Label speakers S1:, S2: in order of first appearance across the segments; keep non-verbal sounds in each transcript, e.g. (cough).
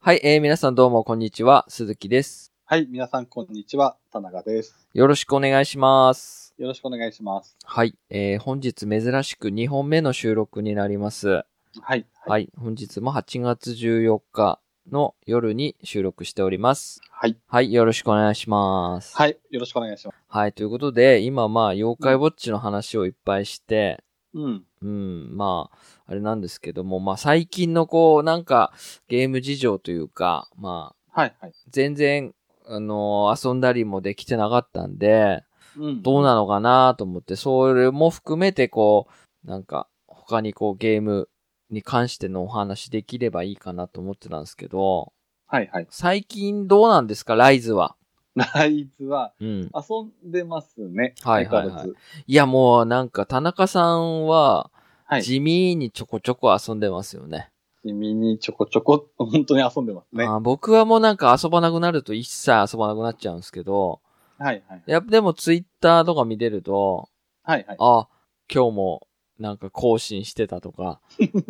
S1: はい、えー、皆さんどうもこんにちは、鈴木です。
S2: はい、皆さんこんにちは、田中です。
S1: よろしくお願いします。
S2: よろしくお願いします。
S1: はい、えー、本日珍しく2本目の収録になります。
S2: はい。。
S1: はいい、本日も8月14日の夜に収録しております。
S2: はい。
S1: はい、よろしくお願いします。
S2: はい。よろしくお願いします。
S1: はい、ということで、今まあ、妖怪ウォッチの話をいっぱいして、
S2: うん。
S1: うん、まあ、あれなんですけども、まあ最近のこう、なんか、ゲーム事情というか、まあ、
S2: はい。はい。
S1: 全然、あのー遊んだりもできてなかったんで、
S2: うん
S1: どうなのかなと思って、それも含めてこう、なんか、他にこう、ゲームに関してのお話できればいいかなと思ってたんですけど、
S2: はい。はい。
S1: 最近どうなんですか、ライズは。
S2: ライズは
S1: うん。
S2: 遊んでますね。
S1: はいはいはい
S2: 相変わらず
S1: いや、もうなんか、田中さんは、
S2: はい。地
S1: 地味にちょこちょこ遊んでますよね。
S2: 味にちょこちょこ、本当に遊んでますね。
S1: あ
S2: は
S1: ー僕はもうなんか遊ばなくなると一切遊ばなくなっちゃうんですけど、
S2: い。はい。
S1: やっぱでもツイッターとか見てると、
S2: はい。はい。
S1: あ、今日もなんか更新してたと
S2: (laughs)
S1: か、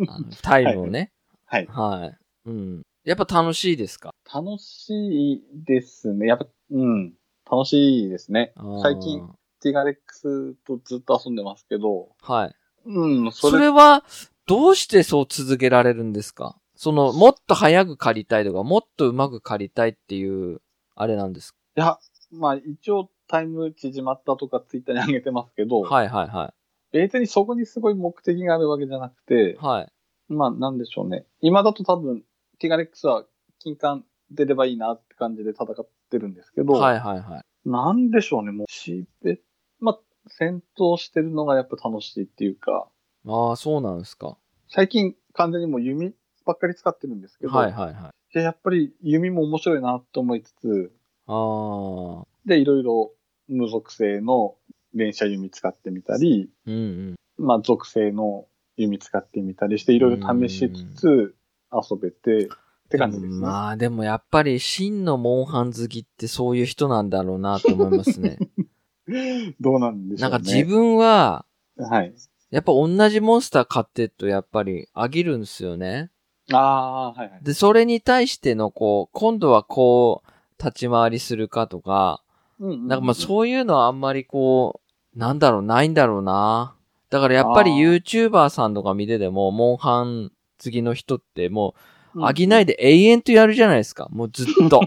S1: あのタイムをね、
S2: はい。
S1: はい。うん。やっぱ楽しいですか
S2: 楽しいですね。やっぱ、うん。楽しいですね。
S1: あー
S2: 最近ティガレックスとずっと遊んでますけど、
S1: はい。
S2: うん、そ
S1: そ
S2: れ、
S1: れは、どうしてそう続けられるんですかその、もっと早く借りたいとか、もっとうまく借りたいっていう、あれなんです
S2: いや、まあ一応タイム縮まったとかツイッターに上げてますけど、
S1: かはいはいは
S2: 別にそこにすごい目的があるわけじゃなく
S1: い。
S2: て、
S1: はい。
S2: まあなんでしょうね。今だと多分、ティガレックスは金管出ればいいなって感じで戦ってるんですけど、
S1: はいはいはい。
S2: なんでしょうね、もう、しべ、まあ、戦闘してるのがやっぱ楽しいっていうか、
S1: ああ、そうなんですか。
S2: 最近完全にもう弓ばっかり使ってるんですけど、
S1: はいはいはい。
S2: でやっぱり弓も面白いなと思いつつ、
S1: ああ。
S2: で、いろいろ無属性の連射弓使ってみたり、
S1: うんうん。
S2: まあ、属性の弓使ってみたりして、いろいろ試しつつ遊べて、って感じですね。
S1: まあでもやっぱり真のモンハン好きってそういう人なんだろうなと思います
S2: (laughs)
S1: ね。
S2: どうなんでしょ
S1: な
S2: うんね。
S1: か自分は、
S2: 分。はい。
S1: やっぱ同じモンスター買ってるとやっぱりあげるんですよね。
S2: ああー、はいはい。
S1: で、それに対してのこう、今度はこう、立ち回りするかとか、
S2: うんうう
S1: なんかまあそういうのはあんまりこう、なんだろう、ないんだろうな。だからやっぱり
S2: あ。
S1: YouTuber さんとか見てても、モンハン好きの人ってもう、あげないいで永遠とやるじゃないですか。もうずっ
S2: (laughs)
S1: と。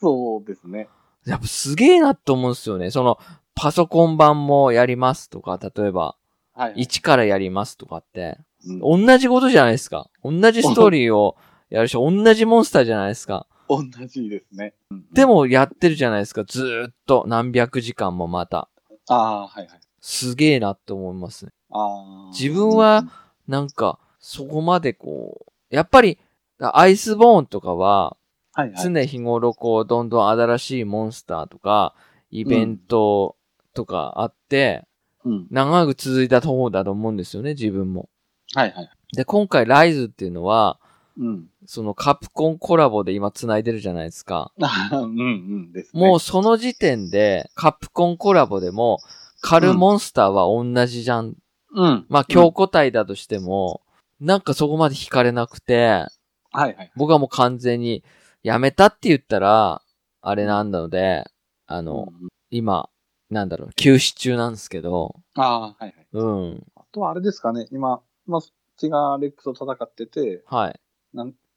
S2: そうですね。
S1: やっぱすげえなって思うんですよね。その、パソコン版もやりますとか、例えば、
S2: はい、はい。
S1: 1からやりますとかって、
S2: うん
S1: 同じことじゃないですか。同じストーリーをやるし、同じモンスターじゃないですか。
S2: 同じですね。
S1: で
S2: も、
S1: もやってるじゃないですか。ずーっと何百時間もまた。
S2: ああー、はいはい。
S1: すげえなって思いますね。
S2: ああ。
S1: 自分は、なんか、そこまでこう、やっぱり、アイスボーンとかは、
S2: はいはい。
S1: 常日頃こう、どんどん新しいモンスターとか、イベントとかあって、
S2: うん。
S1: 長く続いた方だと思うんですよね、自分も。
S2: はいはい。
S1: で、今回ライズっていうのは、
S2: うん。 (laughs)
S1: そのカプコンコラボで今繋いでるじゃないですか。
S2: あーうんうんですね。
S1: もうその時点で、カプコンコラボでも、狩るモンスターは同じじゃん。
S2: う、うん。
S1: まあ、強固体だとしても、なんかそこまで惹かれなくて、
S2: はいはい。
S1: 僕はもう完全に、やめたって言ったら、あれなんだので、あの、
S2: うん
S1: 今、なんだろう、休止中なんですけど、
S2: ああ、はいはい。
S1: うん、
S2: あとはあれですかね、今、まあ、違うレックスと戦ってて、
S1: はい、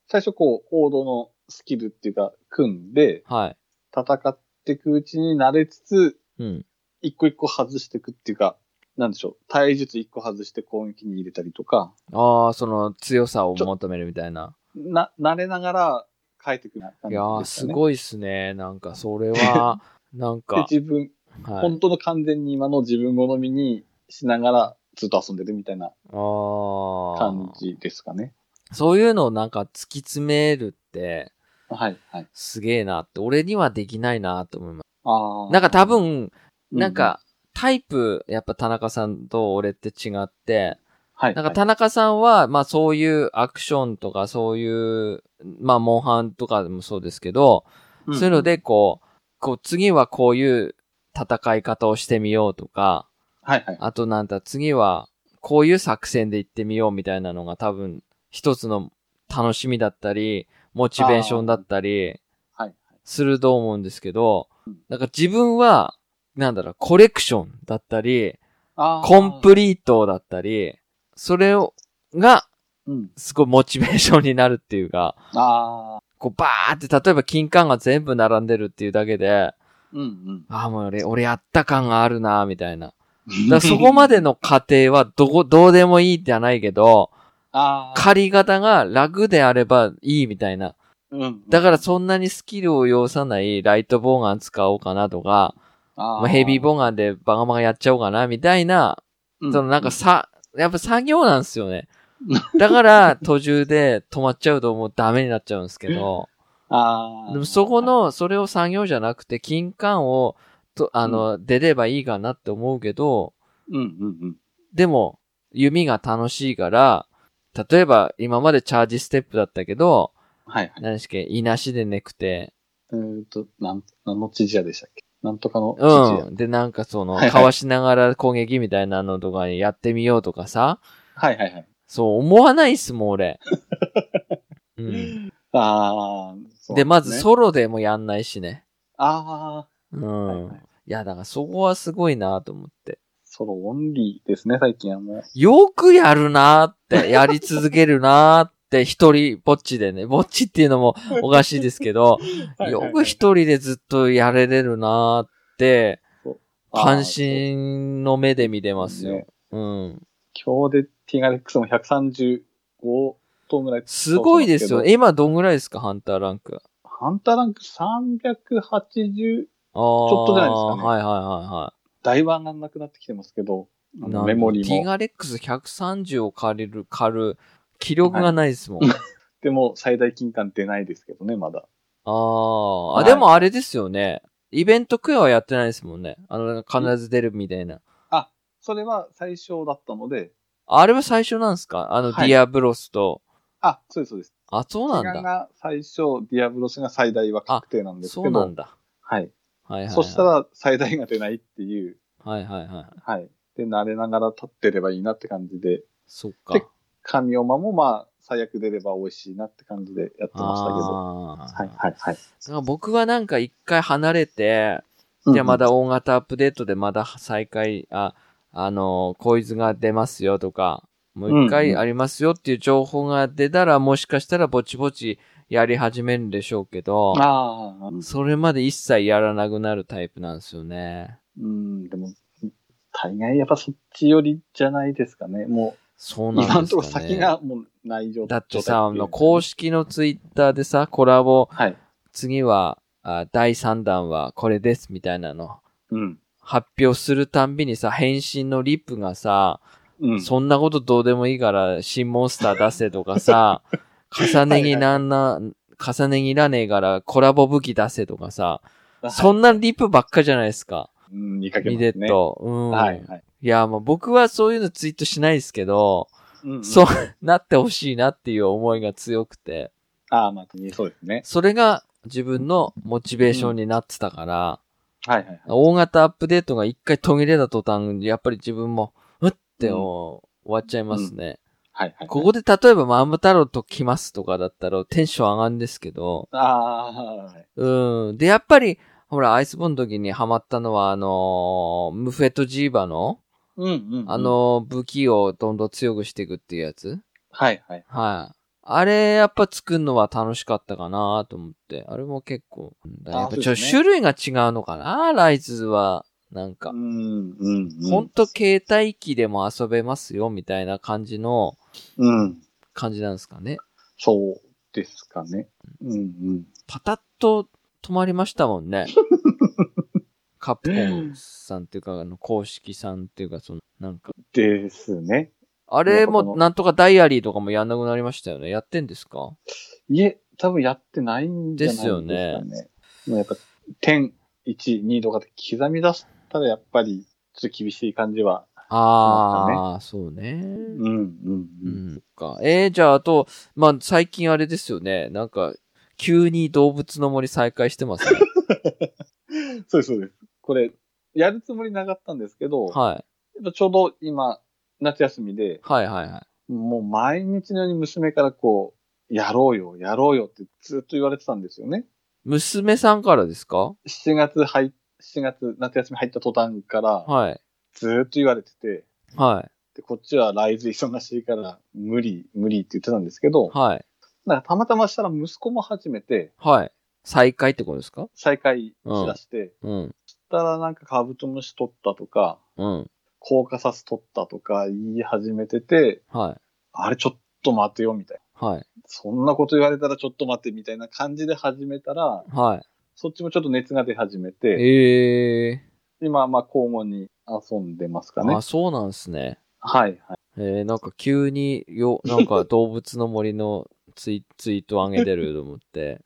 S2: 最初こう、王道のスキルっていうか、組んで、
S1: は
S2: 戦っていくうちに慣れつつ、
S1: い、うん。
S2: 一個一個外していくっていうか、なんでしょう、体術一個外して攻撃に入れたりとか、
S1: ああ、その強さを求めるみたいな。
S2: な、慣れながら変えていくような感
S1: い
S2: じ
S1: やー、
S2: です
S1: す
S2: かね。
S1: ごいっすね。なんか、それ
S2: (laughs)
S1: は、なん
S2: で
S1: か、
S2: 自分、
S1: はい
S2: 本。当の完全に今の自分好みにしながら、ずっと遊んでるみたいな
S1: あ
S2: 感
S1: あ。
S2: じですかね。
S1: そういうのをなんか突き詰めるって、
S2: はい、はい。
S1: すげえなって、俺にはできないなと思いま
S2: あ
S1: す。
S2: あ。
S1: なんか多、分、
S2: う
S1: なん、か、タイプ、やっぱ田中さんと俺って違って、
S2: はい。
S1: なんか
S2: はい
S1: 田中さんは、まあそういうアクションとか、そういう、まあモンハンとかでもそうですけど、そういうの、で、こう、こう、次はこういう戦い方をしてみようとか、
S2: んはい、はい。
S1: あとなんだ、次はこういう作戦で行ってみようみたいなのが多分、一つの楽しみだったり、モチベーションだったり
S2: はい。
S1: すると思うんですけど
S2: うん、
S1: なんか自分は、なんだろう、コレクションだったり、
S2: あー
S1: コンプリートだったり、それを、が、
S2: うん。
S1: すごいモチベーションになるっていうか、
S2: ああ。
S1: こうバーって、例えば金管が全部並んでるっていうだけで、
S2: うん
S1: ああ、もう俺、俺やった感があるな、みたいな。
S2: うん。
S1: だからそこまでの過程はどこ、どうでもいいじゃないけど、
S2: ああ。
S1: 借り方が楽であればいいみたいな。
S2: うん。
S1: だからそんなにスキルを要さないライトボーガン使おうかなとか、
S2: あ
S1: まあヘビー
S2: ン
S1: ボーガンでバカバカやっちゃおうかなみたいな、
S2: ド
S1: そのなんかさ、やっぱ作業なんですよね。だから途中で止まっちゃうともうダメになっちゃうんですけど、
S2: ああ。
S1: でもそこ、の、それを作業じゃなくて、金管を、と、あの、出ればいいかなって思うけど、
S2: うんうんうん。
S1: でも、弓が楽しいから、例えば、今までチャージステップだったけど、
S2: はいはい。
S1: 何でしたっけ、いなしでねくて、
S2: えーっと、なん、何の知事やでしたっけなんとかの知事や
S1: う。ん。で、なんかその、
S2: はいはい
S1: かわしながら攻撃みたいなのとかやってみようとかさ、
S2: はいはいはい。
S1: そう思わないっすもん、
S2: (laughs)
S1: 俺。うん。
S2: ああ。そう
S1: で、
S2: すね
S1: まずソロでもやんないしね。
S2: ああ。
S1: う
S2: はい
S1: ん。
S2: はい
S1: いや、だからそこはすごいなと思って。
S2: ソロオンリーですね、最近はもう。
S1: よくやるなって、やり続けるなって、一人ぼっちでね、ぼっちっていうのもおかしいですけど、よく一人でずっとやれれるなーって、関心の目で見て
S2: あー
S1: ますよ。。うん。
S2: 今日でティガレックスも135頭ぐらい。
S1: すごいですよ。
S2: え
S1: 今どんぐらいですかハンターランク。
S2: ハンターランク
S1: あー
S2: 380、ちょっとじゃないですかね
S1: はいはいは
S2: だいぶ上がんなくなってきてますけど、
S1: い
S2: あ
S1: はい。
S2: のメモリ
S1: ティ
S2: も。
S1: ガレックス130を借りる、借る、気力がないですもん。あ
S2: でも最大金管出ないですけどね、まだ。
S1: あ
S2: は
S1: あ、
S2: い
S1: でもあれですよね。イベントクエはやってないですもんね。あの、必ず出るみたいな。
S2: それは最小だったので、
S1: あれは最初なんですかあの、
S2: は
S1: デ
S2: い
S1: ィアブロスと。
S2: あ、そうです、そうです。
S1: あ、そう
S2: テ
S1: な
S2: ィガ
S1: んだ。
S2: が最小、ディアブロスが最大は確定なんです
S1: そ
S2: け
S1: うなん
S2: ど、
S1: だ。
S2: はい。
S1: はいはい、はい。
S2: そしたら最大が出ないっていう、
S1: はいはいはい。
S2: はい。で、慣れながら立ってればいいなって感じで、
S1: そっ
S2: で
S1: か。
S2: 神尾間もまあ、最悪出れば美味しいなって感じでやってましたけど。
S1: あー
S2: はい、はい、はい。
S1: だから僕はなんか一回離れて、
S2: うん
S1: じゃあまだ大型アップデートでまだ再開、あ、あのー、コイズが出ますよとか、もう一
S2: うんう
S1: 回
S2: ん
S1: ありますよっていう情報が出たら、もしかしたらぼちぼちやり始めるんでしょうけど、
S2: ああ、
S1: それまで一切やらなくなるタイプなんですよね。
S2: うん、でも、大概やっぱそっち寄りじゃないですかね。も
S1: そう
S2: う、
S1: なんですか、ね。
S2: 今のところ先がもうない状
S1: だ
S2: 態
S1: ってさ、あ
S2: いう
S1: の、公式のツイッターでさ、コラボ、
S2: はい。
S1: 次は、あ第3弾はこれですみたいなの
S2: うん。
S1: 発表するたんびにさ、返信のリップがさ、
S2: うん。
S1: そんなことどうでもいいから、新モンスター出せとか
S2: (laughs)
S1: さ、重ね着なんな、重ね着いらねえからコラボ武器出せとかさ、
S2: はい
S1: そんなリップばっかじゃないですか。
S2: うん、見かけ
S1: ミ
S2: ます
S1: デ
S2: ね。
S1: ット。うん。
S2: はい、
S1: い、
S2: はい。
S1: や、まあ僕はそういうのツイートしないですけど、
S2: うんうん
S1: そうなってほしいなっていう思いが強くて、
S2: ああ、まあ、そうですね。
S1: それが自分のモチベーションになってたから、
S2: はい、はい。はい
S1: 大型アップデートが一回途切れた途端、やっぱり自分も、うってもう終わっちゃいますね。
S2: はい、はい。
S1: ここで例えばマンム太郎と来ますとかだったらテンション上がるんですけど、
S2: ああ、はい。
S1: うん。で、やっぱり、ほら、アイスボーンの時にハマったのは、あのームフェットジーバの、
S2: うん、うん。うん
S1: あ、のー武器をどんどん強くしていくっていうやつ
S2: はい、はい。
S1: はい。あれ、やっぱ作るのは楽しかったかなと思って。あれも結構、やっぱち
S2: そ
S1: ょ
S2: う
S1: っと
S2: です
S1: 種
S2: ね
S1: 類が違うのかなライズは、なんか
S2: う。ん、うん。うん
S1: ほんと携帯機でも遊べますよ、みたいな感じの、
S2: うん。
S1: 感じなんですかね。
S2: そうですかね。うん、うん。
S1: パタッと止まりましたもん
S2: (laughs)
S1: ね。カプコンさんっていうか、あの、公式さんっていうか、その、なんか、
S2: ですね。
S1: あれも、なんとかダイアリーとかもやんなくなりましたよね。やってんですか
S2: いえ、多分やってないんじゃないですかね。
S1: です
S2: もうやっぱ、点、1、2とかで刻み出したらやっぱり、ちょっと厳しい感じは。
S1: ああ、そうね。
S2: うん、うん、
S1: う
S2: うん。
S1: ん。そっか。えー、じゃあ、あと、まあ、最近あれですよね。なんか、急に動物の森再開してます
S2: (laughs)
S1: ね。
S2: そうです、そうです。これ、やるつもりなかったんですけど、
S1: はい。
S2: やっぱちょうど今、夏休みで、
S1: はいはいはい。
S2: もう毎日のように娘からこやろうよ、やろうよってずっと言われてたんですよね。
S1: 娘さんからですか
S2: 7月入っ、7月、夏休み入った途端から、
S1: はい。
S2: ずーっと言われてて、
S1: はい。
S2: で、こっちはライズ忙しいから、無理、無理って言ってたんですけど、
S1: はい。
S2: なんかたまたましたら息子も初めて
S1: はい。再開ってことですか
S2: 再開しだして、
S1: うん。
S2: そしたらなんかカブトムシ取ったとか、
S1: うん。
S2: コーカサス取ったとか言い始めてて、
S1: はい。
S2: あれちょっと待てよみたいな。
S1: はい。
S2: そんなこと言われたらちょっと待ってみたいな感じで始めたら、
S1: は
S2: そっちもちょっと熱が出始め
S1: い。
S2: て、
S1: ええ
S2: 今はまあ交互に遊んでますかね。
S1: あ、そうなんですね。
S2: はいはい。
S1: えー、なんか急によ、なんか動物の森のツイツイート上げてると思っ
S2: (laughs)
S1: て。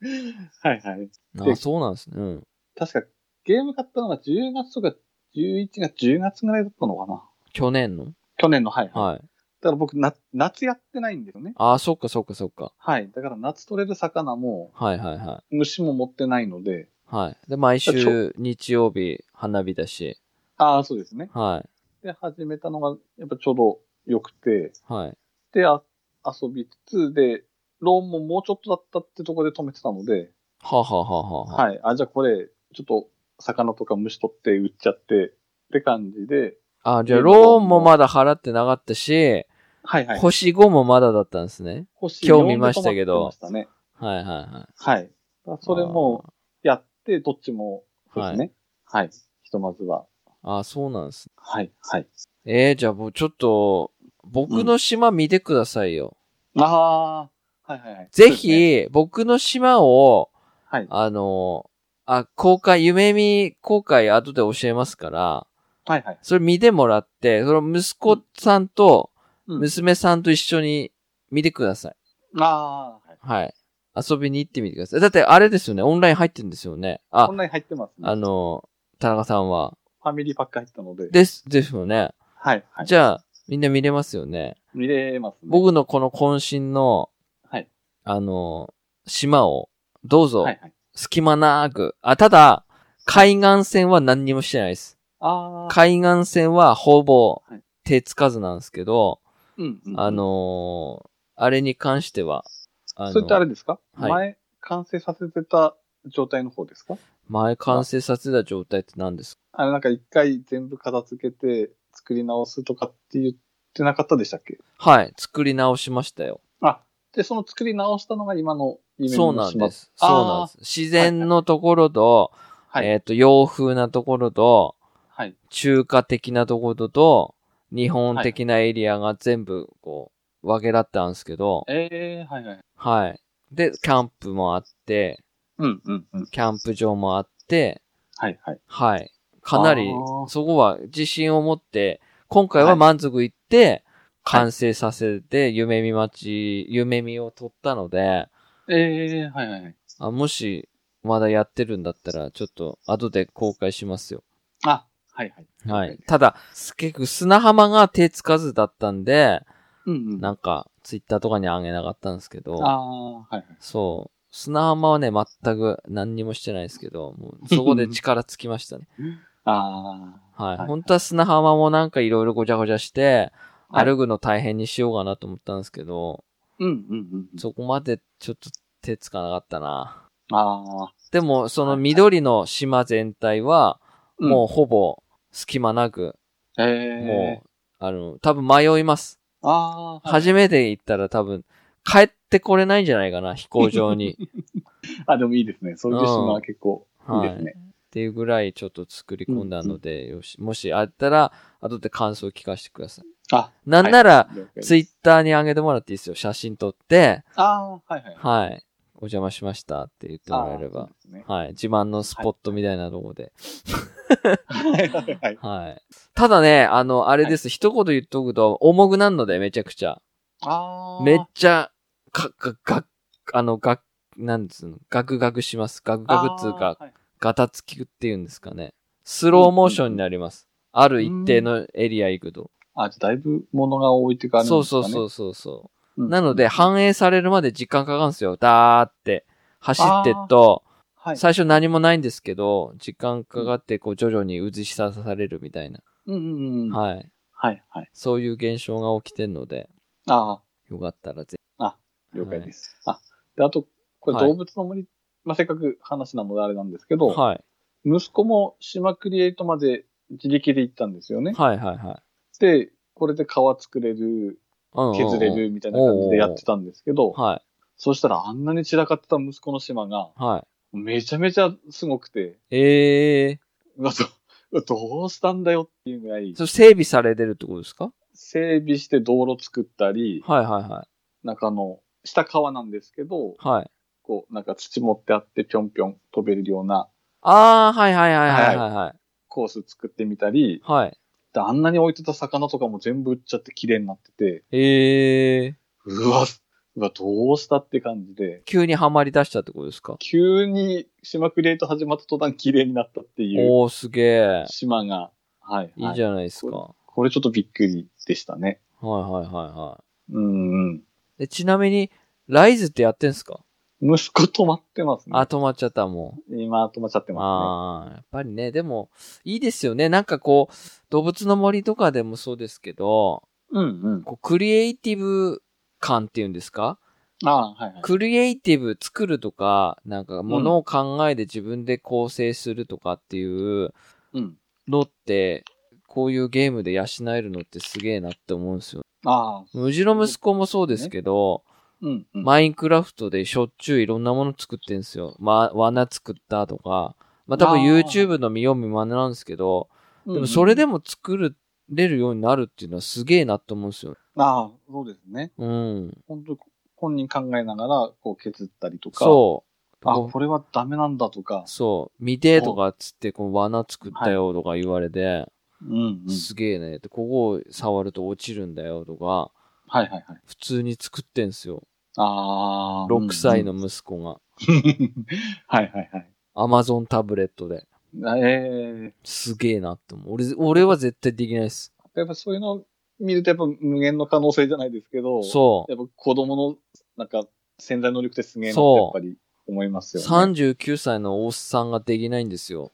S2: はいはい。
S1: あ、そうなんですね。うん。
S2: 確かゲーム買ったのが10月とか11月、10月ぐらいだったのかな。
S1: 去年の
S2: 去年の、はい、はい。
S1: はい。
S2: だから僕な、夏やってないんですよね。
S1: あ、そっかそっかそっか。
S2: はい。だから夏取れる魚も
S1: はいはいはい。
S2: 虫も持ってないので、
S1: はい。で、毎
S2: ち
S1: 週日曜日花火だし。
S2: ああ、そうですね。
S1: は
S2: で、始めたのが、やっぱちょうど良くて、
S1: い。はい。
S2: で、あ遊びつつ、で、ローンももうちょっとだったってところで止めてたので、
S1: はあはあはあはあは
S2: はい。あ、じゃあこれ、ちょっと、魚とか虫取って売っちゃって、って感じで、
S1: あ。あ、じゃあローンもまだ払ってなかったし、
S2: はいはい。
S1: 星5もまだだったんですね。
S2: 星
S1: 今日見ましたけど
S2: 4で止まってましたね。
S1: はいはいは
S2: はい。だから
S1: い。
S2: それもやって、どっちも、そうですね。はい。ひとまずは。
S1: あー。あ、そうなんですね。
S2: はい、はい。
S1: えー、じゃあもうちょっと、僕の島見てくださいよ。
S2: ああ、はいはいはい。
S1: ぜ
S2: そうですね
S1: ひ、僕の島を、
S2: はい。
S1: あの、あ、公開、夢見公開後で教えますから、
S2: はいはい。
S1: それ見てもらって、その息子さんと、
S2: うん、
S1: 娘さんと一緒に見てください。
S2: ああ、はい。
S1: はい。遊びに行ってみてください。だってあれですよね、オンライン入ってるんですよね。あ
S2: こん、なに入ってますね。
S1: あの、田中さんは。
S2: ファミリーパック入ったので。
S1: です、ですよね。
S2: はい、はい。
S1: じゃあ、みんな見れますよね。
S2: 見れますね。、
S1: 僕のこの渾身の、
S2: はい
S1: あの、島を、どうぞ
S2: は、い、はい。
S1: 隙間なく。あ、ただ、海岸線は何にもしてないです。
S2: ああ、
S1: 海岸線はほぼ
S2: はい
S1: 手つかずなんですけど、
S2: うん、うん。
S1: あ、のーあれに関しては、あの
S2: それってあれですか、
S1: はい
S2: 前、完成させてた状態の方ですか
S1: 前完成させた状態って何ですか
S2: あれなんか一回全部片付けて作り直すとかって言ってなかったでしたっけ
S1: はい、作り直しましたよ。
S2: あ、で、その作り直したのが今の夢
S1: そう
S2: の
S1: なん
S2: 島。
S1: です。そうなんです。自然のところと、
S2: はい
S1: えっ、と、洋風なところと、
S2: はい。
S1: 中華的なところと、日本的なエリアが全部、こう、分けだったんですけど、
S2: ええはいはい。
S1: はい。で、キャンプもあって、
S2: うん、うん、うん。
S1: キャンプ場もあって、
S2: はい、はい。
S1: はい。かなり
S2: あー、
S1: そこは自信を持って、今回は満足いって、完成させて、夢見待ち、夢見を取ったので、
S2: ええはい、はいはい。
S1: あもし、まだやってるんだったら、ちょっと、後で公開しますよ。
S2: あ、はい、はい。
S1: はい。ただ、す結局、砂浜が手つかずだったんで、
S2: うん、うん。
S1: なんか、ツイッターとかにあげなかったんですけど、
S2: ああ、はい、はい。
S1: そう。砂浜はね、全く何にもしてないですけど、もうそこで力つきま
S2: (laughs)
S1: したね。
S2: あ
S1: はい。
S2: はい
S1: 本当は砂浜もなんかいろいろごちゃごちゃして、
S2: あ。
S1: 歩くの大変にしようかなと思ったんですけど、
S2: うん、うん、うんうん。
S1: そこまでちょっと手つかなかったな。
S2: ああ。
S1: でも、その
S2: はい
S1: 緑の島全体は、
S2: うん
S1: もうほぼ隙間なく、
S2: ええ
S1: もう、あの、多分迷います。
S2: ああ、はい
S1: 初めて行ったら多分、帰ってこれないんじゃないかな、飛行場
S2: (laughs)
S1: に。
S2: あ、でもいいですね。そういう島は結構いい
S1: はい。
S2: ですね。
S1: っていうぐらいちょっと作り込んだので、よし、もしあったら、後で感想を聞かせてください。
S2: あ、
S1: なんなら、
S2: 了解
S1: ツイッターに上げてもらっていいですよ。写真撮って、
S2: ああ、はいはい。
S1: はい。お邪魔しましたって言ってもらえれ
S2: あー
S1: ば
S2: そ。うですね
S1: はい。自慢のスポットみたいなとこで。
S2: はいはいはい。
S1: はい。ただね、あの、あれです。一言言っとくと、重くなるので、めちゃくちゃ。
S2: ああ。
S1: めっちゃ、か、か、が、あの、が、なんつうの、ガクガクします。ガクガクっつうか
S2: あ、ー。はい
S1: ガタつきっていうんですかね。スローモーションになります。ある一定のエリア行くと。
S2: あ、じゃあだいぶ物が多いっていうかあれなん
S1: そう
S2: ですか
S1: そ
S2: ね、
S1: うそうそうそう。
S2: うん。
S1: なので、
S2: は
S1: 反映されるまで時間かかるんですよ。ダーって。走ってっと、
S2: い。
S1: 最初何もないんですけど、時間かかって、こう、徐々に映し出されるみたいな。
S2: うんうんうん。はい
S1: はい。
S2: はい。
S1: そういう現象が起きてるので、
S2: あ
S1: よかったらぜ
S2: 了解です。あ、で、あと、これ
S1: はい
S2: 動物の森、まあ、せっかく話なのであれなんですけど、
S1: はい。
S2: 息子も島クリエイトまで自力で行ったんですよね。
S1: はいはいはい
S2: で、これで皮作れる、
S1: うんうんうん。
S2: 削れるみたいな感じでやってたんですけど、
S1: はい。
S2: そしたらあんなに散らかってた息子の島が、
S1: はい。
S2: めちゃめちゃすごくて、
S1: ええ
S2: うわどどうしたんだよっていうぐらい
S1: ー。、それ整備されてるってことですか
S2: 整備して道路作ったり、
S1: はいはいはい。
S2: なんかあの、下川なんですけど、
S1: はい。
S2: こう、なんか土持ってあってぴょんぴょん飛べるような
S1: ああ、はいはいはいはいはいはい。
S2: コース作ってみたり、
S1: はい。
S2: であんなに置いてた魚とかも全部売っちゃって綺麗になってて、
S1: ええー。
S2: うわ、うわ、どうしたって感じで、
S1: 急にハマり出したってことですか
S2: 急に島クリエイト始まった途端綺麗になったっていう
S1: おー、すげえ。
S2: 島が、はい、
S1: いい
S2: はい。
S1: じゃないですか。は
S2: これちょっとびっくりでしたね。
S1: いはいはいは
S2: うんうん。
S1: い。えちなみに、ライズってやってんすか
S2: 息子止まってますね。
S1: あ、止まっちゃった、もう。
S2: 今止まっちゃってま
S1: ああ、やっぱりね、でも、いいですよね。なんかこう、動物の森とかでもそうですけど、
S2: すね。うんうん。
S1: こうクリエイティブ感っていうんですか
S2: あーはいはい。
S1: クリエイティブ作るとか、なんかものを考えて自分で構成するとかっていう
S2: うん。
S1: のって、こういうゲームで養えるのってすげえなって思うんですよ。
S2: ああ、
S1: うちの息子もそうですけど、
S2: うんうん。
S1: マインクラフトでしょっちゅういろんなもの作ってんすよ。まあ、罠作ったとか。まあ多分
S2: あー
S1: YouTube の見よう見まねなんですけど、
S2: うんう
S1: で
S2: ん
S1: もそれで。も作るれるようになるっていうのはすげえなと思うんですよ。
S2: ああ、そうですね。
S1: うん。
S2: 本当本人考えながら、こう削ったりとか。
S1: そう。
S2: あ、
S1: こう
S2: これはダメなんだとか。
S1: そう、見てとかっつって、この罠作ったよとか言われて、
S2: うんうん。
S1: すげえねって、ここを触ると落ちるんだよとか、
S2: はいはいはい。
S1: 普通に作ってんすよ。
S2: ああ。
S1: 6歳
S2: う
S1: の
S2: んうん
S1: 息子が、
S2: (laughs) はいはいはい。
S1: アマゾンタブレットで。
S2: あええ
S1: すげえなって思う。俺、俺は絶対できないです。
S2: やっぱそういうの見ると、やっぱ無限の可能性じゃないですけど。
S1: そ
S2: やっぱ子供の、なんか、潜在能力ってすげえなって
S1: そう
S2: やっぱり思います
S1: う。
S2: よね。
S1: 39歳のおっさんができないんです
S2: (laughs)
S1: よ。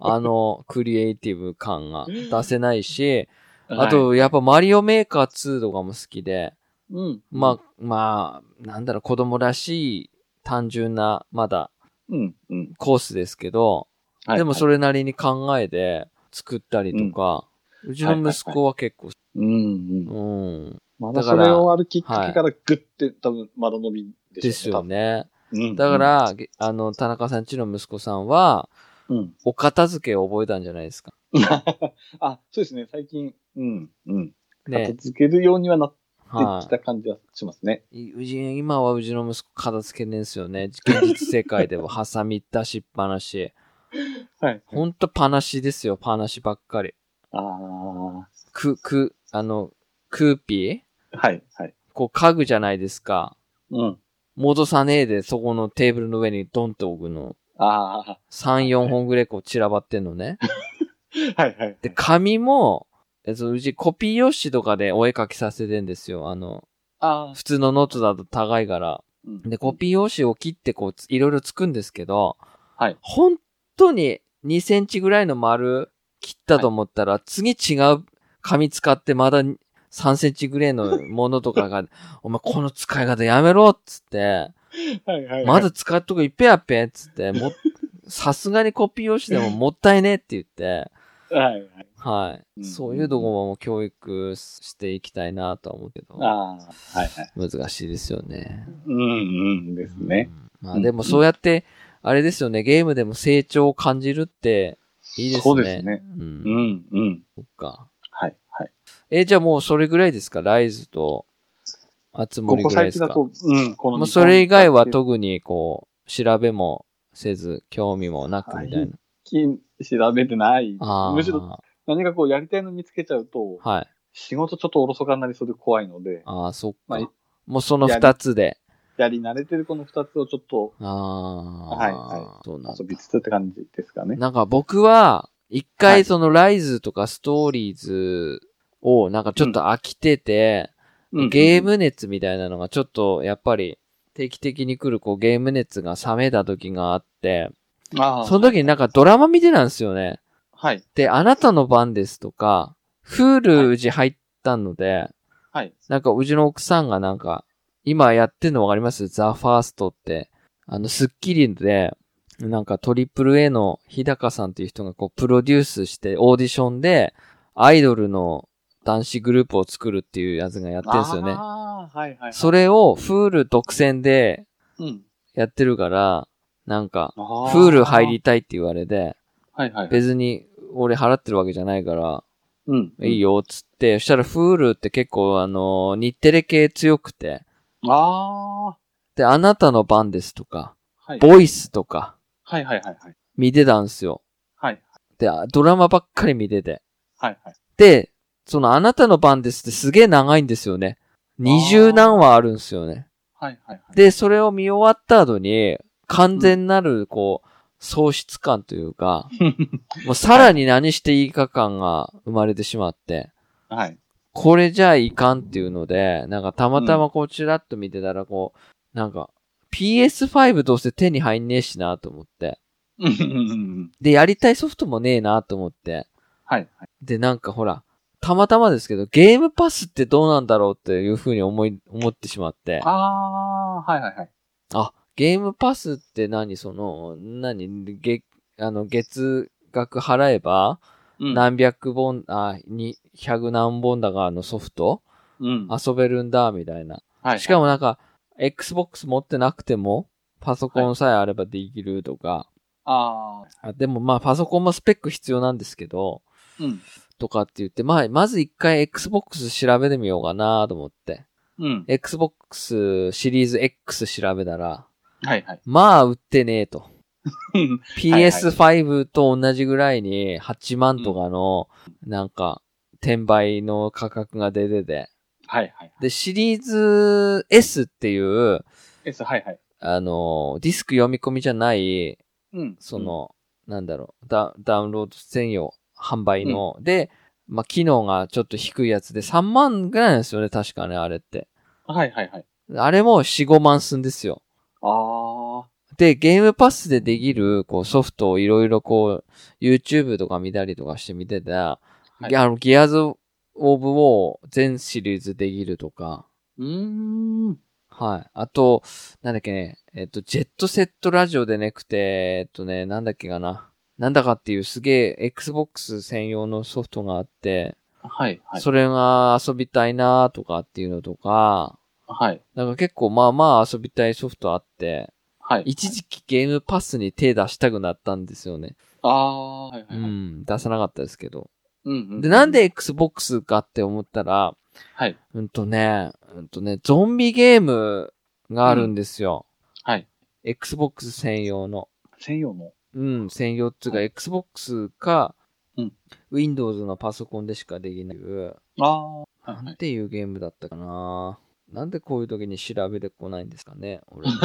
S1: あの、クリエイティブ感が出せないし、あ
S2: は
S1: と、やっぱマリオメーカー2とかも好きで、
S2: い、うん。
S1: まあ、まあ、なんだろう、子供らしい単純な、まだ、
S2: うん、うん。
S1: コースですけど、
S2: はい、
S1: でもそ
S2: れ、
S1: れなりに考えて作ったりとか、うちの息子は結構、
S2: うん、うん。
S1: うん、
S2: ま
S1: だ
S2: だ
S1: か
S2: そ
S1: ら
S2: れを歩きっかけからグッて、多分、窓伸びでしょ
S1: ですよ。ね。
S2: 多分うん、
S1: だから、げあの、田中さんちの息子さんは、
S2: うん、うん。
S1: お片付けを覚えたんじゃないですか。
S2: あ、そうですね、最近、うん、うん。片
S1: ね。
S2: 付けるようにはなって
S1: は
S2: きた感じはしますね。
S1: い。うち、今はうちの息子片付けねえんすよね。現実世界
S2: (laughs)
S1: では、ハサミ出しっぱなし。
S2: はい。
S1: ほんとパナシですよ、パナシばっかり。
S2: ああ、
S1: く、く、あの、クーピー
S2: はい、はい。
S1: こう家具じゃないですか。
S2: うん。
S1: 戻さねえで、そこのテーブルの上にドンって置くの。
S2: ああ、
S1: 3、4本ぐらいこう散らばってんのね。
S2: はい、はい。
S1: で、紙も、えっと、うちコピー用紙とかでお絵描きさせてんですよ。あの、
S2: ああ、
S1: 普通のノートだと高いから。
S2: うん
S1: で、コピー用紙を切ってこう、ついろいろつくんですけど、
S2: はい
S1: 本当に2センチぐらいの丸切ったと思ったら、次違う紙使ってまだ3センチぐらいのものとかが、 (laughs) お前この使い方やめろっつって、
S2: はい、はい。
S1: まだ使っとくいっぺやっぺっつ
S2: (laughs)
S1: って、も、さすがにコピー用紙でももったいねえって言って、
S2: はい、はい。
S1: はい。
S2: うん
S1: そういうとこも教育していきたいなとは思うけど、
S2: ああ、はい、はい。
S1: 難しいですよね。
S2: うん、うんですね。
S1: うん。まあでもそうやって、あれですよね、ゲームでも成長を感じるっていいですね。
S2: そうですね。
S1: う。
S2: うんん、うん。
S1: そっか。
S2: はい、はい。
S1: え、じゃあもうそれぐらいですかライズと、あつ
S2: こ
S1: 森
S2: こ
S1: ぐらいで
S2: 最
S1: す
S2: 近
S1: か
S2: だと、うん、この。
S1: もうそれ以外は特にこう、調べもせず、興味もなくみたいな。
S2: 近調べてない。
S1: ああ。
S2: むしろ何かこうやりたいの見つけちゃうと、
S1: はい。
S2: 仕事ちょっとおろそかになりそうで怖いので、
S1: ああ、そっか。
S2: まあい
S1: もうその二つで。
S2: やり慣れてるこの二つをちょっと
S1: ああ。
S2: はいは
S1: そうなんだ
S2: 遊びつつって感じですかね。
S1: なんか僕は、一
S2: は
S1: 回
S2: い
S1: そのライズとかストーリーズをなんかちょっと飽きてて、
S2: うん
S1: ゲーム熱みたいなのがちょっとやっぱり定期的に来るこうゲーム熱が冷めた時があって、
S2: ああ
S1: その時になんかドラマ見てたんですよね。
S2: はい。
S1: で、あなたの番ですとか、フールうち入ったので、
S2: はい。
S1: なんかうちの奥さんがなんか、今やってんのわかりますザ・ファーストって。あの、スッキリで、なんかトリプル A の日高さんっていう人がこうプロデュースしてオーディションでアイドルの男子グループを作るっていうやつがやってるんですよね。
S2: ああ、はいはい、はい。
S1: それをフール独占で
S2: うん。
S1: やってるから、なんか、
S2: あ
S1: フール入。りたいって言われて、
S2: はいはい。
S1: 別に俺払ってるわけじゃないから、
S2: うん。
S1: いいよ、つって、そしたらフールって結構あの、日テレ系強くて、
S2: ああ、
S1: で、あなたの番ですとか、
S2: はい。
S1: ボイスとか、
S2: はいはいはいはい。
S1: 見てたんすよ。
S2: はい
S1: で、あドラマばっかり見てて。
S2: はいはい。
S1: で、そのあなたの番ですってすげえ長いんですよね。二十何話あるんすよね。
S2: はいはいはい。
S1: で、それを見終わった後に、完全なる、こう、喪失感というか、もうさらに何していいか感が生まれてしまって、
S2: はい。
S1: これじゃいかんっていうので、なんかたまたまこうチラッと見てたらこう、なんか PS5 どうせ手に入んねえしなと思って。
S2: うんうんうん。
S1: で、やりたいソフトもねえなと思って。
S2: はいはい。
S1: で、なんかほら、たまたまですけど、ゲームパスってどうなんだろうっていうふうに思い、思ってしまって。
S2: ああ、はいはいはい。
S1: あ、ゲームパスって何その、何げ、あの、月額払えば、
S2: うん。
S1: 何百本、あ、に、百何本だがのソフト
S2: うん。
S1: 遊べるんだ、みたいな。
S2: はい。
S1: しかもなんか、Xbox 持ってなくても、パソコンさえあればできるとか、
S2: あ
S1: あでもまあパソコンもスペック必要なんですけど、
S2: あ、うん。
S1: とかって言って、まあ、まず一回 Xbox 調べてみようかなと思って。
S2: うん。
S1: Xbox シリーズ X 調べたら、
S2: はいはい。
S1: まあ売ってねえと。
S2: うん。
S1: PS5 と同じぐらいに8万とかの、なんか、転売の価格が出てて。
S2: はいはい。
S1: で、シリーズ S っていう、
S2: S、はいはい。
S1: あの、ディスク読み込みじゃない、
S2: うん。
S1: そ、の、なんだろうダ、ダウンロード専用販売の、で、まあ、機能がちょっと低いやつで3万ぐらいなんですよね、確かね、あれって。
S2: はいはいはい。
S1: あれも4、5万すんですよ。
S2: ああ、は
S1: で、ゲームパスでできる、こう、ソフトをいろいろこう、YouTube とか見たりとかして見てた、
S2: い
S1: ギャあのギアズ・オブ・ウォー全シリーズできるとか、
S2: うーん。
S1: はい。あと、なんだっけね、えっと、ジェットセットラジオでなくて、えっとね、なんだっけかな。なんだかっていうすげえ Xbox 専用のソフトがあって、
S2: はいはい。
S1: それが遊びたいなとかっていうのとか、
S2: はい。
S1: なんか結構まあまあ遊びたいソフトあって、
S2: はい。
S1: 一時期ゲームパスに手出したくなったんですよね。
S2: ああ、はいは
S1: う
S2: いはい。
S1: ん、出さなかったですけど。
S2: うんう
S1: で、なんで Xbox かって思ったら、
S2: はい。
S1: うんとね、うんとね、ゾンビゲームがあるんですよ。
S2: はい。
S1: Xbox 専用の。
S2: 専用の。
S1: うん、専用っていうか、
S2: は
S1: Xbox か、
S2: うん
S1: Windows のパソコンでしかできない。な
S2: ああ、はいは
S1: ん
S2: い。
S1: ていうゲームだったかな。なんでこういう時に調べてこないんですかね、俺
S2: (laughs)
S1: ね。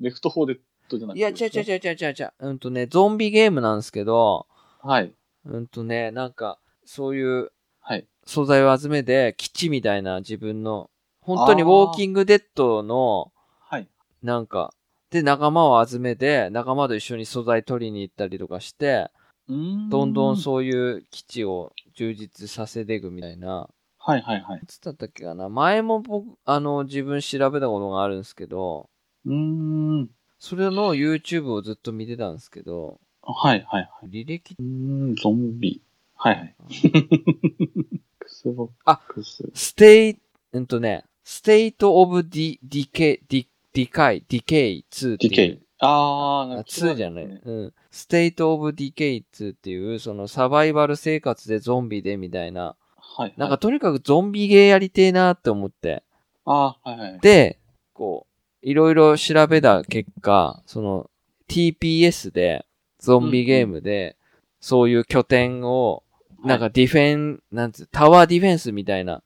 S2: レフトフォーデッドじゃない
S1: いや、違う違う
S2: う。
S1: 違う違う違う違う。うんとね、ゾンビゲームなんですけど、
S2: はい。
S1: うんとね、なんか、そういう
S2: はい。
S1: 素材を集めて、基地みたいな自分の、本当にウォーキングデッドの、
S2: はい。
S1: なんか、で、仲間を集めて、仲間と一緒に素材取りに行ったりとかして、
S2: うーん。
S1: どんどんそういう基地を充実させていくみたいな。
S2: はいはいはい。
S1: いつだったっけかな前も僕、あの、自分調べたことがあるんですけど、
S2: うーん。
S1: それの YouTube をずっと見てたんですけど、
S2: はいはいはい。
S1: 履歴
S2: うーん、ゾンビ。はいはい。
S1: (laughs)
S2: クスボッ
S1: あ
S2: クス。
S1: ステイ、うんとね、ステイトオブディ、ディケ、ディ、ディカイ、ディケイ2って
S2: デ
S1: いう。
S2: ィケイ。ああ、
S1: あ
S2: なんか
S1: 2じゃない。うん。ステイトオブディケイ2っていう、そのサバイバル生活でゾンビでみたいな。
S2: はい。
S1: なんか、とにかくゾンビゲーやりてえなって思って。
S2: ああー、はいはい。
S1: で、こう、いろいろ調べた結果、その TPS で、ゾンビゲームで、そういう拠点を、なんかディフェン、なんつう、タワーディフェンスみたいな、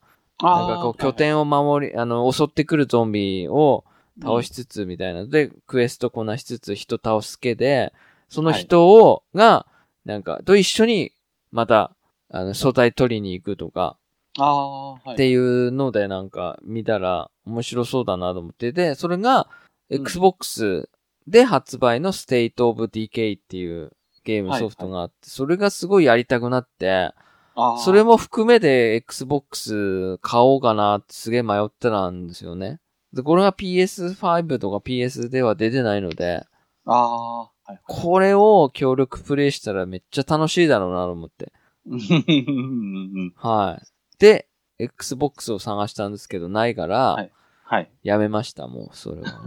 S1: な
S2: あー、
S1: んかこう拠点を守り、あの、襲ってくるゾンビを倒しつつみたいなので、クエストこなしつつ人倒すけで、その人を、が、なんか、と一緒に、また、あの、素体取りに行くとか、
S2: ああー、は
S1: っ
S2: い。
S1: ていうのでなんか見たら面白そうだなと思ってで、それが
S2: うん
S1: Xbox で発売の State of Decay っていうゲームソフトがあって、それがすごいやりたくなって、
S2: ああ。
S1: それも含めて Xbox 買おうかなってすげえ迷ってたんですよね。で、これが PS5 とか PS では出てないので、
S2: ああ。はいはい。
S1: これを協力プレイしたらめっちゃ楽しいだろうなと思って。
S2: うんうんうん
S1: はい。で、Xbox を探したんですけど、ないから、
S2: はい。
S1: やめました、もう、それ
S2: (laughs)
S1: は。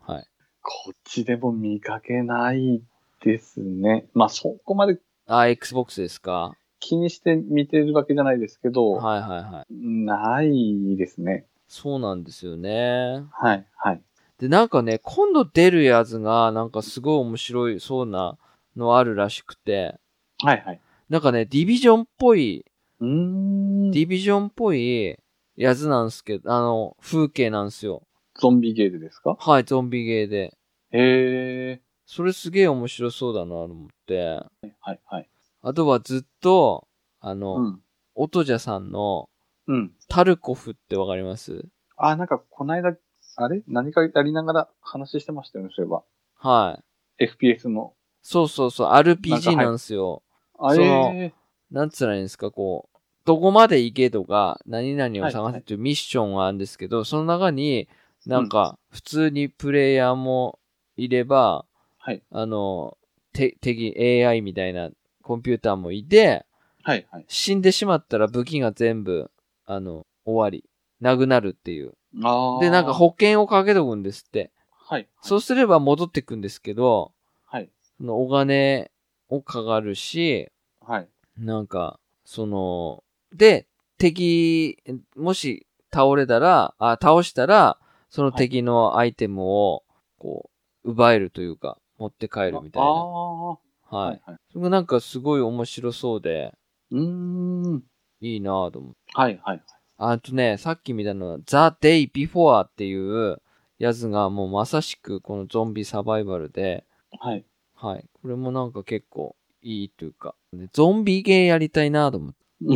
S1: はい。
S2: こっちでも見かけないですね。まあ、そこまで
S1: あ、Xbox ですか
S2: 気にして見てるわけじゃないですけど、
S1: はいはいはい。
S2: ないですね。
S1: そうなんですよね。
S2: はい、はい。
S1: で、なんかね、今度出るやつが、なんかすごい面白いそうなのあるらしくて、
S2: はい、はい。
S1: なんかね、ディビジョンっぽい、
S2: うーん。
S1: ディビジョンっぽいやつなんですけど、あの、風景なんですよ。
S2: ゾンビゲームですか
S1: はい、ゾンビゲーで。
S2: へ
S1: それすげえ面白そうだなと思って。
S2: ー。はい、はい。
S1: あとはずっと、あの、
S2: うん。
S1: オトジャさんの
S2: うん。
S1: タルコフってわかります
S2: あ、なんか、こないだ、あれ何かやりながら話してましたよね、そういえば。
S1: はい。
S2: FPS の。
S1: そうそうそう、
S2: なんか
S1: RPG
S2: はい
S1: なんですよ。
S2: あ
S1: そ
S2: れ
S1: の
S2: ー
S1: なんつらいんですか、こう、どこまで行けとか、何々を探せっていうミッションがあるんですけど、その中に、なんか、普通にプレイヤーもいれば、
S2: はい、
S1: あの、て敵、AI みたいなコンピューターもいて、
S2: はい、はい。
S1: 死んでしまったら武器が全部、あの、終わり、なくなるっていう。
S2: あー
S1: で、なんか、保険をかけとくんですって。
S2: はい。
S1: そうすれば戻ってくんですけど、
S2: はい、
S1: そのお金をかかるし、
S2: はい。
S1: なんか、その、で、敵、もし倒れたら、あ、倒したら、その敵のアイテムを、こう、奪えるというか、持って帰るみたい
S2: あ
S1: な。
S2: あ。は
S1: はいい。、
S2: はい。
S1: それがなんかすごい面白そうで、
S2: うーん。
S1: いいなぁと思って。
S2: はい、はい。
S1: あとね、さっき見たのは、The Day Before っていうやつがもうまさしくこのゾンビサバイバルで、
S2: はい。
S1: はい。これもなんか結構いいというか、ねゾンビゲーやりたいなぁと思って。
S2: う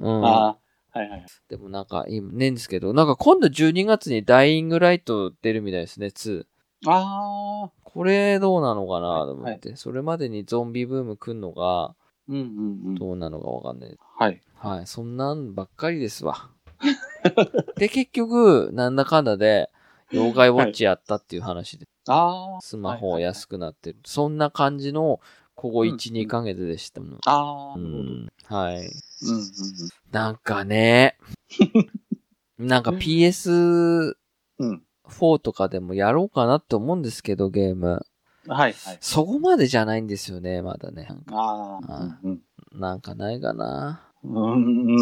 S2: ん (laughs) ああ。はい、はい。
S1: でもなんか、今、ねんですけど、なんか今度12月にダイイングライト出るみたいですね、2。
S2: ああ。
S1: これどうなのかな
S2: はい
S1: と思って、それまでにゾンビブーム来んのが、
S2: うんうんうん。
S1: どうなのかわかんない。
S2: はい。
S1: はい、そんなんばっかりです
S2: (laughs)
S1: わ。で、結局、なんだかんだで、妖怪ウォッチやったっていう話で、
S2: ああ。
S1: スマホ
S2: は
S1: を
S2: いはいはい
S1: 安くなってる。そんな感じの、ここ1、
S2: うんうん
S1: 2ヶ月でしたもん。
S2: ああ。
S1: う
S2: なるほどうん
S1: ん、はい。
S2: うんうん。
S1: なんか
S2: (laughs)
S1: ね、なんか PS、
S2: うん。
S1: 4とかでもやろうかなって思うんですけど、ゲーム。
S2: はいはい。
S1: そこまでじゃないんですよね、まだね。
S2: ああ。うん
S1: なんかないかな。
S2: うんうんう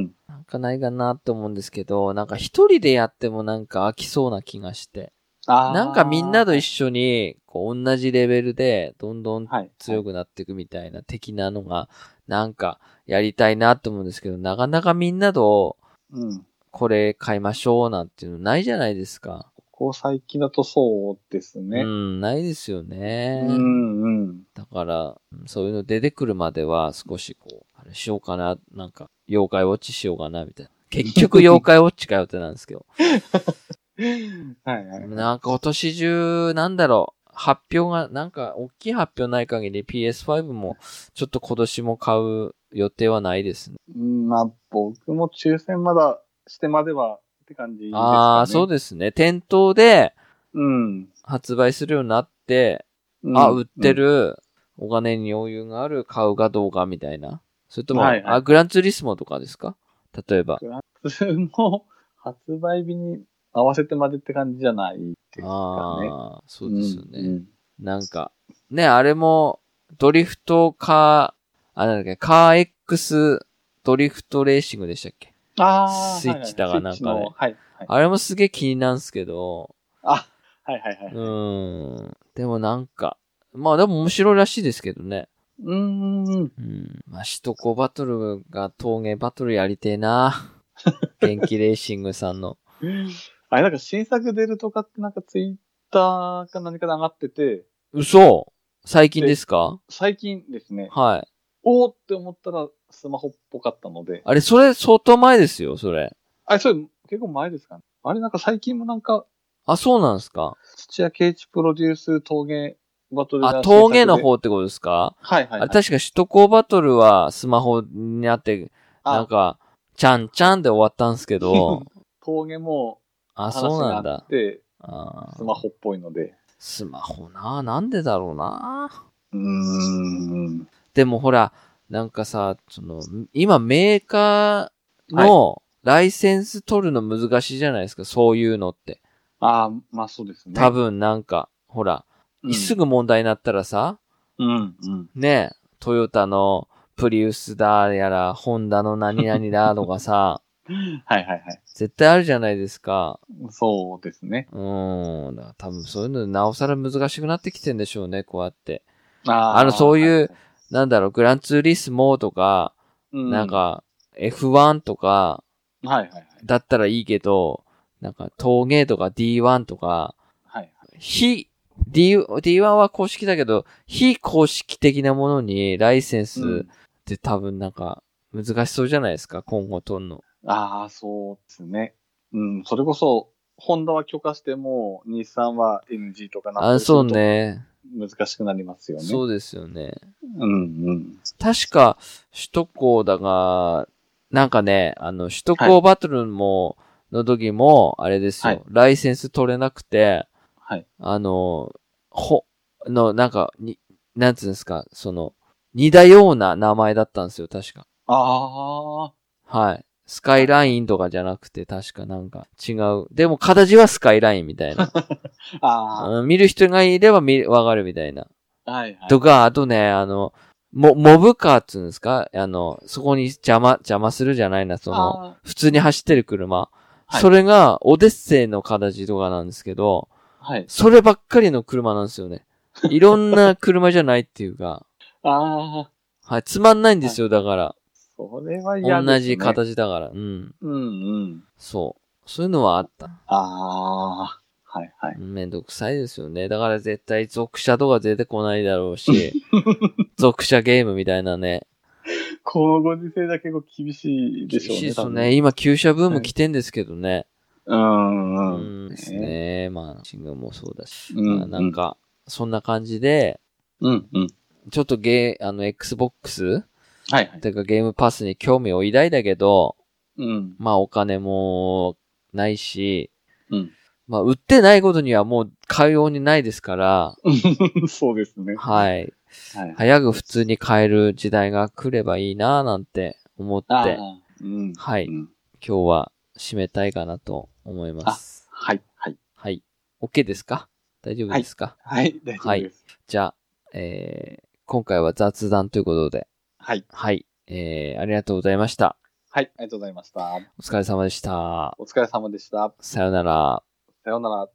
S2: ん。
S1: なんかないかなって思うんですけど、なんか一人でやってもなんか飽きそうな気がして。
S2: ああ。
S1: なんかみんなと一緒に、こう同じレベルで、どんどん
S2: はい。
S1: 強くなっていくみたいな的なのが、なんかやりたいなって思うんですけど、なかなかみんなと、
S2: うん。
S1: これ買いましょうなんていうのないじゃないですか。
S2: ここ最近だとそうです
S1: う
S2: ね。
S1: ん、ないですよね。
S2: うんうん。
S1: だから、うんそういうの出てくるまでは少しこう、あれしようかな、なんか、妖怪ウォッチしようかな、みたいな。結
S2: (laughs)
S1: 局妖怪ウォッチかよってなんですけど。
S2: はいはい。
S1: なんか今年中、なんだろう、発表が、なんか大きい発表ない限り PS5 も、ちょっと今年も買う予定はないですね。
S2: うんまあ僕も抽選まだしてまではって感じですかね。
S1: ああ、そう
S2: で
S1: ですね。店頭で
S2: うん。
S1: 発売するようになって、
S2: うん
S1: あ、売って。る、お金に余裕がある、買うかどうかみたいな。それとも、
S2: はいはい
S1: あ、グランツーリスモとかですか例えば。
S2: 普通の発売日に合わせてまでって感じじゃないですかね。
S1: ああ、そうですよね。
S2: んん
S1: なんか、ね、あれも、ドリフトカー、あ、なんだっけ、カー X ドリフトレーシングでしたっけ
S2: ああ。
S1: スイッチだかなんかね
S2: スイッチのはい。はい。
S1: あれもすげえ気になんすけど、
S2: あ、はいはいうはい。
S1: ーん。でもなんか、まあでも面白いらしいですけどね。
S2: うーん。
S1: うん。まあ、首都高バトルが峠バトルやりてえ
S2: (laughs)
S1: な。元気レーシングさんの。
S2: あれなんか新作出るとかってなんかツイッターか何かで上がってて、
S1: 嘘最近ですか
S2: 最近ですね、
S1: はい。
S2: おーって思ったらスマホっぽかったので、
S1: あれ、それ相当前ですよ、それ。
S2: あれそれ結構前ですかね。あれなんか最近もなんか
S1: あ、そうなんですか
S2: 土屋圭一プロデュース陶芸バトル
S1: あ、
S2: が
S1: 峠の方ってことですか
S2: はいはい、
S1: あ
S2: は
S1: れ
S2: い。
S1: 確か首都高バトルはスマホにあって、
S2: あ
S1: なんか、ちゃんちゃんで終わったんですけ
S2: (laughs)
S1: ど、
S2: 峠も
S1: あ、
S2: 話
S1: そうなん
S2: があ
S1: だ
S2: っ。て、
S1: あー
S2: スマホっぽいので。
S1: スマホな、なんでだろうな。
S2: うーん。
S1: でもほら、なんかさ、その、今メーカーのライセンス取るの難しいじゃないですか、そういうのって。
S2: ああ、まあそうですね。
S1: 多分なんか、ほら、
S2: うん、
S1: すぐ問題になったらさ、
S2: うん、うん。
S1: ねえ、トヨタのプリウスだやら、ホンダの何々だとかさ、
S2: はいはいはい。
S1: 絶対あるじゃないですか。
S2: そうですね。
S1: うーん。だから多分そういうのでなおさら難しくなってきてんでしょうね、こうやって。
S2: あー
S1: あのそういう、なんだろう、グランツーリスモとか、
S2: う
S1: なん、か、F1 とか、
S2: はいはいはい。
S1: だったらいいけど、なんか、峠とか D1 とか、
S2: はい
S1: 非、D、D1 は公式だけど、非公式的なものにライセンスっ
S2: はい。うん
S1: て多分なんか、難しそうじゃないですか、今後とんの。
S2: ああ、そうですね。うん、それこそ、ホンダは許可しても、日産は NG とかなって
S1: あ、そう。ね。
S2: 難しくなりますよね。
S1: そうですよね。
S2: うんうん。
S1: 確か、首都高だが、なんかね、あの、首都高バトルも、の時も、あれですよ、
S2: はい
S1: ライセンス取れなくて、
S2: はい。
S1: あの、ほ、の、なんか、に、なんつうんですか、その、似たような名前だったんですよ、確か。
S2: ああ、
S1: はい。スカイラインとかじゃなくて、確かなんか違う。でも形はスカイラインみたい
S2: (laughs)
S1: な。
S2: あ
S1: うん見る人がいれば見る、わかるみたいな。
S2: あ、はいはい。
S1: とか、あとね、あの、モモブカーっつうんですかあの、そこに邪魔、邪魔するじゃないな、その、
S2: あ
S1: 普通に走ってる車。
S2: はい
S1: それが、オデッセイの形とかなんですけど、
S2: ーはい。
S1: そればっかりの車なんですよ
S2: (laughs)
S1: ね。いろんな車じゃないっていうか、
S2: ああ、
S1: はい、つまんないんですよ、だから。
S2: それは嫌です、ね。
S1: 同じ。形だから、うん。
S2: うんうん。
S1: そう。そういうのはあった。
S2: ああ、はいはい。
S1: めんどくさいですよね。だから絶対属者とか出てこないだろう
S2: (laughs)
S1: し、属者ゲームみたいなね。
S2: このご時世だけ結構厳しいでしょう
S1: 厳
S2: ね。
S1: しいです
S2: 多分
S1: ね。。今、旧車ブー
S2: は
S1: ム
S2: い
S1: 来てんですけどね。
S2: うん
S1: う
S2: うん。
S1: ん。ですね。まあ、シングルもそうだし。
S2: うん
S1: まあなんか、そんな感じで、
S2: うんうん。
S1: ちょっとゲー、あの、Xbox?
S2: はいはい。
S1: てかゲームパスに興味を抱いたけど、
S2: うん。
S1: まあお金もないし、
S2: うん。
S1: まあ売ってないことにはもう買うようにないですから、
S2: そうですね。
S1: はい。
S2: はい。
S1: 早く普通に買える時代が来ればいいなぁなんて思って、
S2: あ
S1: 今
S2: あ、うん。
S1: はい
S2: うん
S1: 日は締めたいかなと思います。
S2: はい。はい。
S1: はい。OK ですか大丈夫ですか、
S2: はい。大丈夫です。
S1: じゃあ、えー、今回は雑談ということで、
S2: はい。
S1: はい。えー、ありがとうございました。
S2: はい。ありがとうございました。
S1: お疲れ様でした。
S2: お疲れ様でした。
S1: さよなら。
S2: さようなら。